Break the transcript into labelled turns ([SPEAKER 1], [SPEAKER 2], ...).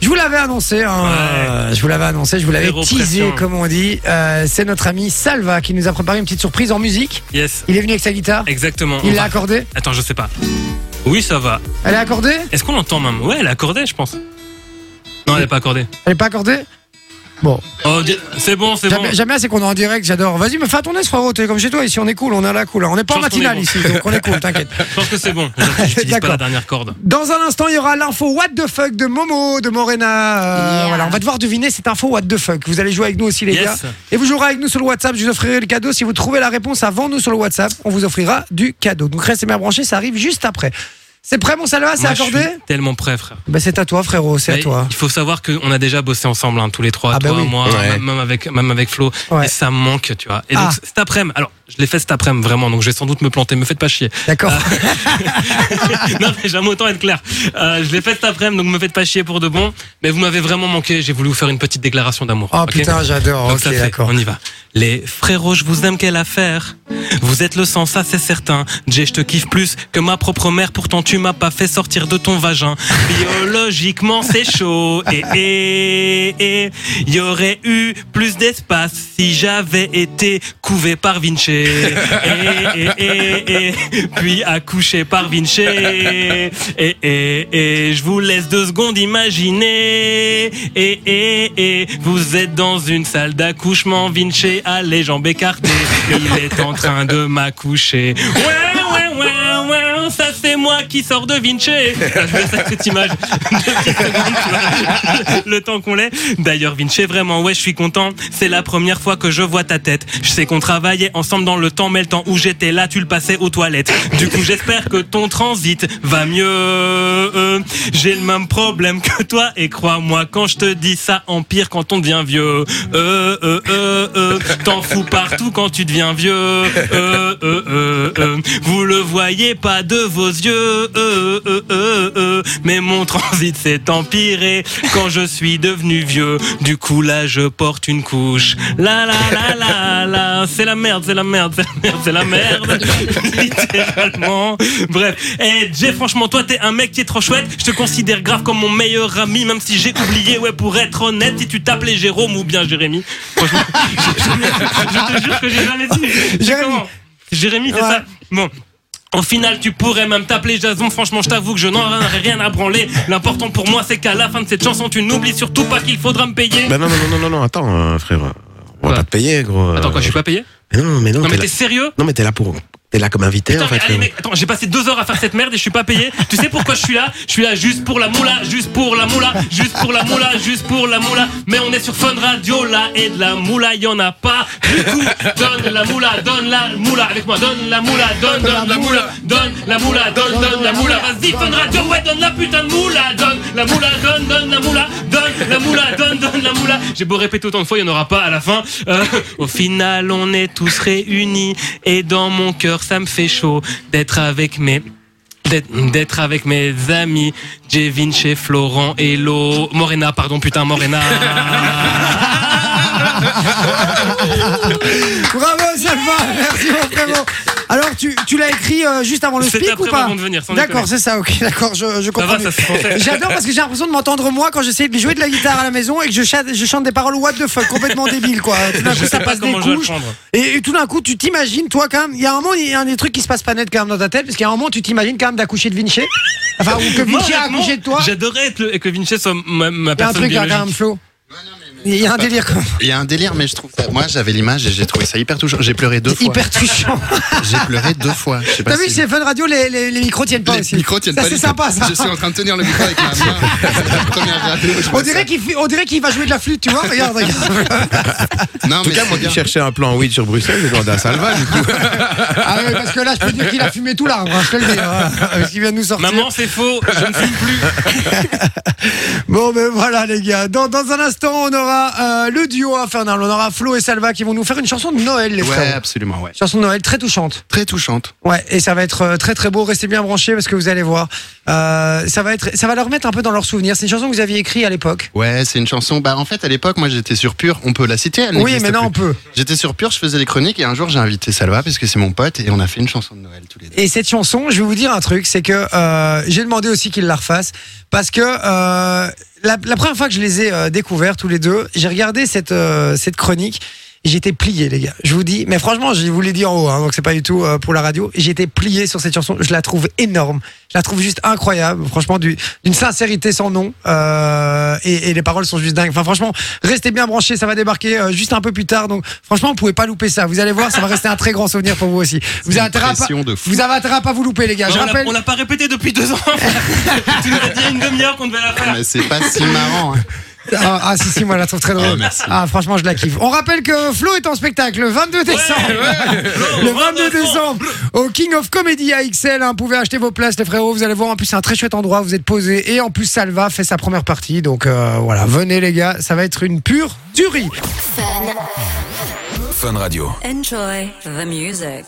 [SPEAKER 1] Je vous l'avais annoncé, hein, euh, je vous l'avais annoncé, je vous l'avais
[SPEAKER 2] Zéro
[SPEAKER 1] teasé,
[SPEAKER 2] pression.
[SPEAKER 1] comme on dit. Euh, c'est notre ami Salva qui nous a préparé une petite surprise en musique.
[SPEAKER 2] Yes,
[SPEAKER 1] Il est venu avec sa guitare.
[SPEAKER 2] exactement.
[SPEAKER 1] Il
[SPEAKER 2] On
[SPEAKER 1] l'a
[SPEAKER 2] va-
[SPEAKER 1] accordée.
[SPEAKER 2] Attends, je sais pas. Oui, ça va.
[SPEAKER 1] Elle est accordée
[SPEAKER 2] Est-ce qu'on l'entend même Ouais, elle est accordée, je pense. Non, elle est pas accordée.
[SPEAKER 1] Elle est pas accordée Bon,
[SPEAKER 2] Oh, di- c'est bon, c'est bon.
[SPEAKER 1] jamais, jamais assez qu'on est en direct, j'adore. Vas-y, mais fais à ton aise, frérot, t'es comme chez toi, ici on est cool, on est à la cool. hein. On n'est pas en
[SPEAKER 2] Je pense qu'on est
[SPEAKER 1] matinale
[SPEAKER 2] bon.
[SPEAKER 1] ici, donc on est cool, t'inquiète.
[SPEAKER 2] Je pense que c'est bon. J'utilise pas
[SPEAKER 1] D'accord.
[SPEAKER 2] la dernière corde.
[SPEAKER 1] Dans un instant, il y aura l'info What the fuck de Momo, de Morena. Euh,
[SPEAKER 3] Yeah.
[SPEAKER 1] Voilà, on va devoir deviner cette info What the fuck. Vous allez jouer avec nous aussi, les
[SPEAKER 2] Yes.
[SPEAKER 1] gars. Et vous jouerez avec nous sur le WhatsApp. Je vous offrirai le cadeau. Si vous trouvez la réponse avant nous sur le WhatsApp, on vous offrira du cadeau. Donc restez bien branchés, ça arrive juste après. C'est prêt, mon Salva C'est
[SPEAKER 2] Moi, je
[SPEAKER 1] accordé
[SPEAKER 2] suis Tellement prêt, frère.
[SPEAKER 1] Ben, C'est à toi, frérot, c'est à
[SPEAKER 2] Mais
[SPEAKER 1] toi.
[SPEAKER 2] Il faut savoir qu'on a déjà bossé ensemble, hein, tous les trois,
[SPEAKER 1] Ah bah
[SPEAKER 2] toi,
[SPEAKER 1] oui.
[SPEAKER 2] moi,
[SPEAKER 4] Ouais.
[SPEAKER 2] même- même avec, même avec Flo.
[SPEAKER 1] Ouais.
[SPEAKER 2] Et ça me manque, tu vois. Et
[SPEAKER 1] Ah.
[SPEAKER 2] donc, cet après-midi, alors, je l'ai fait cet après-midi, vraiment, donc je vais sans doute me planter, me faites pas chier.
[SPEAKER 1] D'accord.
[SPEAKER 2] Ah. non, mais j'aime autant être clair. Euh, je l'ai fait cet après-midi, donc me faites pas chier pour de bon. Mais vous m'avez vraiment manqué, j'ai voulu vous faire une petite déclaration d'amour.
[SPEAKER 1] Oh
[SPEAKER 2] ok
[SPEAKER 1] putain, j'adore.
[SPEAKER 2] Comme
[SPEAKER 1] Ok,
[SPEAKER 2] ça, c'est-
[SPEAKER 1] d'accord.
[SPEAKER 2] on y va. Les frérots, je vous aime, quelle affaire. Vous êtes le sang, ça c'est certain. Jay, je te kiffe plus que ma propre mère, pourtant tu m'as pas fait sortir de ton vagin. Biologiquement, c'est chaud. Eh, Et, et, et, eh. y aurait eu plus d'espace si j'avais été couvé par Vinci. Eh, Et, et, et, et, puis accouché par Vinci. Et, et, et, je vous laisse deux secondes imaginer. Et, et, et, vous êtes dans une salle d'accouchement. Vinci a les jambes écartées. Il est en train de m'accoucher. Ouais, ouais, ouais, ouais. Ça, c'est moi qui sors de Vinci. Ah, Je vais faire cette image deux petites secondes, tu vois, le temps qu'on l'ait. D'ailleurs, Vinci, vraiment, ouais, je suis content. C'est la première fois que je vois ta tête. Je sais qu'on travaillait ensemble dans le temps, mais le temps où j'étais là, tu le passais aux toilettes. Du coup, j'espère que ton transit va mieux. J'ai le même problème que toi, et crois-moi, quand je te dis ça empire quand on devient vieux. Euh, euh, euh, euh, T'en fous partout quand tu deviens vieux. Euh, euh, euh, euh. Vous le voyez pas de vos yeux. Euh, euh, euh, euh. Mais mon transit s'est empiré quand je suis devenu vieux. Du coup, là, je porte une couche. La la la la la. C'est la merde, c'est la merde, c'est la merde, c'est la merde. Littéralement. Bref. Eh, Jay, franchement, toi, t'es un mec qui est trop chouette. Je te considère grave comme mon meilleur ami, même si j'ai oublié, ouais, pour être honnête, si tu t'appelais Jérôme ou bien Jérémy. Franchement, je, je- je te jure que j'ai jamais dit.
[SPEAKER 1] Jérémy.
[SPEAKER 2] Comment Jérémy, c'est
[SPEAKER 1] Ouais.
[SPEAKER 2] ça Bon. Au final, tu pourrais même t'appeler Jason. Franchement, je t'avoue que je n'en ai rien à branler. L'important pour moi, c'est qu'à la fin de cette chanson, tu n'oublies surtout pas qu'il faudra me payer.
[SPEAKER 4] Bah non, non, non, non, non, non, attends, euh, frère. On
[SPEAKER 2] Quoi
[SPEAKER 4] va pas te payer, gros. euh,
[SPEAKER 2] Attends, quoi, je suis pas payé
[SPEAKER 4] Mais non, mais non,
[SPEAKER 2] Non,
[SPEAKER 4] t'es
[SPEAKER 2] mais
[SPEAKER 4] là.
[SPEAKER 2] t'es sérieux
[SPEAKER 4] Non, mais t'es là pour. T'es là comme invité,
[SPEAKER 2] Putain,
[SPEAKER 4] en
[SPEAKER 2] mais allez,
[SPEAKER 4] fait. frérot.
[SPEAKER 2] mec, attends, j'ai passé deux heures à faire cette merde et je suis pas payé. Tu sais pourquoi je suis là Je suis là juste pour la moula, juste pour la moula, juste pour la moula, juste pour la moula. Mais on est sur Fun Radio là et de la moula, y en a pas. Du coup, donne la moula, donne la moula avec moi, donne la moula, donne, donne la moula, donne la moula, donne, donne la moula. Vas-y, Fun Radio, ouais, donne la putain de moula, donne la moula, donne, donne la moula, donne la moula, donne, donne la moula. J'ai beau répéter autant de fois, il n'y en aura pas à la fin. Euh, au final, on est tous réunis et dans mon cœur, ça me fait chaud d'être avec mes d'être- d'être avec mes amis Jevin chez Florent et Lo Morena pardon putain Morena
[SPEAKER 1] Bravo, Salva. Merci, mon frérot. Alors, tu, tu l'as écrit euh, juste avant le
[SPEAKER 2] Cet
[SPEAKER 1] speak ou
[SPEAKER 2] après-midi
[SPEAKER 1] pas
[SPEAKER 2] avant de venir, sans
[SPEAKER 1] D'accord,
[SPEAKER 2] déconner.
[SPEAKER 1] c'est ça, ok, d'accord, je, je
[SPEAKER 2] ça
[SPEAKER 1] comprends.
[SPEAKER 2] va ça se français
[SPEAKER 1] J'adore parce que j'ai l'impression de m'entendre moi quand j'essaie de jouer de la guitare à la maison et que je chante, je chante des paroles what the fuck complètement débiles quoi. Tout d'un
[SPEAKER 2] je
[SPEAKER 1] coup ça
[SPEAKER 2] sais pas
[SPEAKER 1] passe des
[SPEAKER 2] comment je vais le
[SPEAKER 1] couches
[SPEAKER 2] prendre
[SPEAKER 1] et, et tout d'un coup tu t'imagines toi quand même. Il y a un moment il y a un des trucs qui se passe pas net quand même dans ta tête parce qu'il y a un moment tu t'imagines quand même d'accoucher de Vinci. Enfin ou que
[SPEAKER 2] Moi,
[SPEAKER 1] Vinci a
[SPEAKER 2] honnêtement,
[SPEAKER 1] accouché de toi.
[SPEAKER 2] j'adorais être le- que Vinci soit ma, ma
[SPEAKER 1] Il y a un
[SPEAKER 2] personne
[SPEAKER 1] truc hein, là, quand même
[SPEAKER 2] biologique
[SPEAKER 1] Flo. Il y a un délire quand même.
[SPEAKER 5] Il y a un délire, mais je trouve ça. Moi, j'avais l'image et j'ai trouvé ça hyper touchant. J'ai pleuré deux fois.
[SPEAKER 1] hyper touchant.
[SPEAKER 5] J'ai pleuré deux fois. Je sais pas
[SPEAKER 1] T'as vu
[SPEAKER 5] si-
[SPEAKER 1] c'est Fun Radio les, les, les micros tiennent pas
[SPEAKER 5] Bah, Les
[SPEAKER 1] aussi.
[SPEAKER 5] micros tiennent
[SPEAKER 1] ça,
[SPEAKER 5] pas.
[SPEAKER 1] c'est
[SPEAKER 5] du
[SPEAKER 1] sympa
[SPEAKER 5] tout.
[SPEAKER 1] ça.
[SPEAKER 5] Je suis en train de tenir le micro avec ma main. C'est la première radio où je
[SPEAKER 1] On
[SPEAKER 5] vois
[SPEAKER 1] dirait
[SPEAKER 5] ça.
[SPEAKER 1] qu'il fait- on dirait qu'il va jouer de la flûte tu vois regarde regarde.
[SPEAKER 5] Non,
[SPEAKER 4] En tout
[SPEAKER 5] mais
[SPEAKER 4] cas,
[SPEAKER 5] c'est
[SPEAKER 4] moi
[SPEAKER 5] bien.
[SPEAKER 4] qui cherchais un plan weed sur Bruxelles, j'ai demandé à Salva, du coup.
[SPEAKER 1] Ah ouais parce que là je peux dire qu'il a fumé tout l'arbre. hein, Je te le dis. hein, Parce qu'il vient de nous sortir.
[SPEAKER 2] maman c'est faux je ne fume plus
[SPEAKER 1] Bon ben voilà les gars, dans, dans un instant on aura euh, le duo infernal, on aura Flo et Salva qui vont nous faire une chanson de Noël les
[SPEAKER 5] Ouais,
[SPEAKER 1] frères.
[SPEAKER 5] absolument, ouais.
[SPEAKER 1] Chanson de Noël très touchante.
[SPEAKER 5] Très touchante.
[SPEAKER 1] Ouais, et ça va être euh, très très beau, restez bien branchés parce que vous allez voir. Euh, ça va être ça va leur mettre un peu dans leurs souvenirs. C'est une chanson que vous aviez écrite à l'époque.
[SPEAKER 5] Ouais, c'est une chanson. Bah, en fait, à l'époque, moi, j'étais sur Pure. On peut la citer, elle
[SPEAKER 1] Oui,
[SPEAKER 5] n'existe
[SPEAKER 1] maintenant on
[SPEAKER 5] plus.
[SPEAKER 1] peut.
[SPEAKER 5] J'étais sur Pure, je faisais les chroniques et un jour, j'ai invité Salva parce que c'est mon pote et on a fait une chanson de Noël tous les deux.
[SPEAKER 1] Et cette chanson, je vais vous dire un truc, c'est que euh, j'ai demandé aussi qu'ils la refassent parce que euh, la, la première fois que je les ai euh, découverts tous les deux, j'ai regardé cette, euh, cette chronique. et J'étais plié, les gars. Je vous dis, mais franchement, je vous l'ai dit en haut, hein, donc c'est pas du tout euh, pour la radio. J'étais plié sur cette chanson. Je la trouve énorme. Je la trouve juste incroyable. Franchement, du- d'une sincérité sans nom. Euh, et, et les paroles sont juste dingues. Enfin, franchement, restez bien branchés. Ça va débarquer euh, juste un peu plus tard. Donc, franchement, vous pouvez pas louper ça. Vous allez voir, ça va rester un très grand souvenir pour vous aussi. Vous avez intérêt à pas,
[SPEAKER 5] Pression de fou.
[SPEAKER 1] vous avez intérêt à pas vous louper, les gars.
[SPEAKER 2] Bah,
[SPEAKER 1] Je
[SPEAKER 2] on l'a-
[SPEAKER 1] rappelle.
[SPEAKER 2] On l'a pas répété depuis deux ans. tu nous as dit il y a une demi-heure qu'on devait la faire.
[SPEAKER 5] Mais c'est pas si marrant. hein.
[SPEAKER 1] Ah, ah, si, si, moi je la trouve très drôle.
[SPEAKER 5] Ah, merci.
[SPEAKER 1] Ah, franchement, je la kiffe. On rappelle que Flo est en spectacle le 22 décembre. Le 22 décembre au King of Comedy à XL. hein. vous pouvez acheter vos places, les frérots. Vous allez voir, en plus, c'est un très chouette endroit. Vous êtes posés. Et en plus, Salva fait sa première partie. Donc euh, voilà, venez, les gars. Ça va être une pure tuerie.
[SPEAKER 3] Enjoy the music.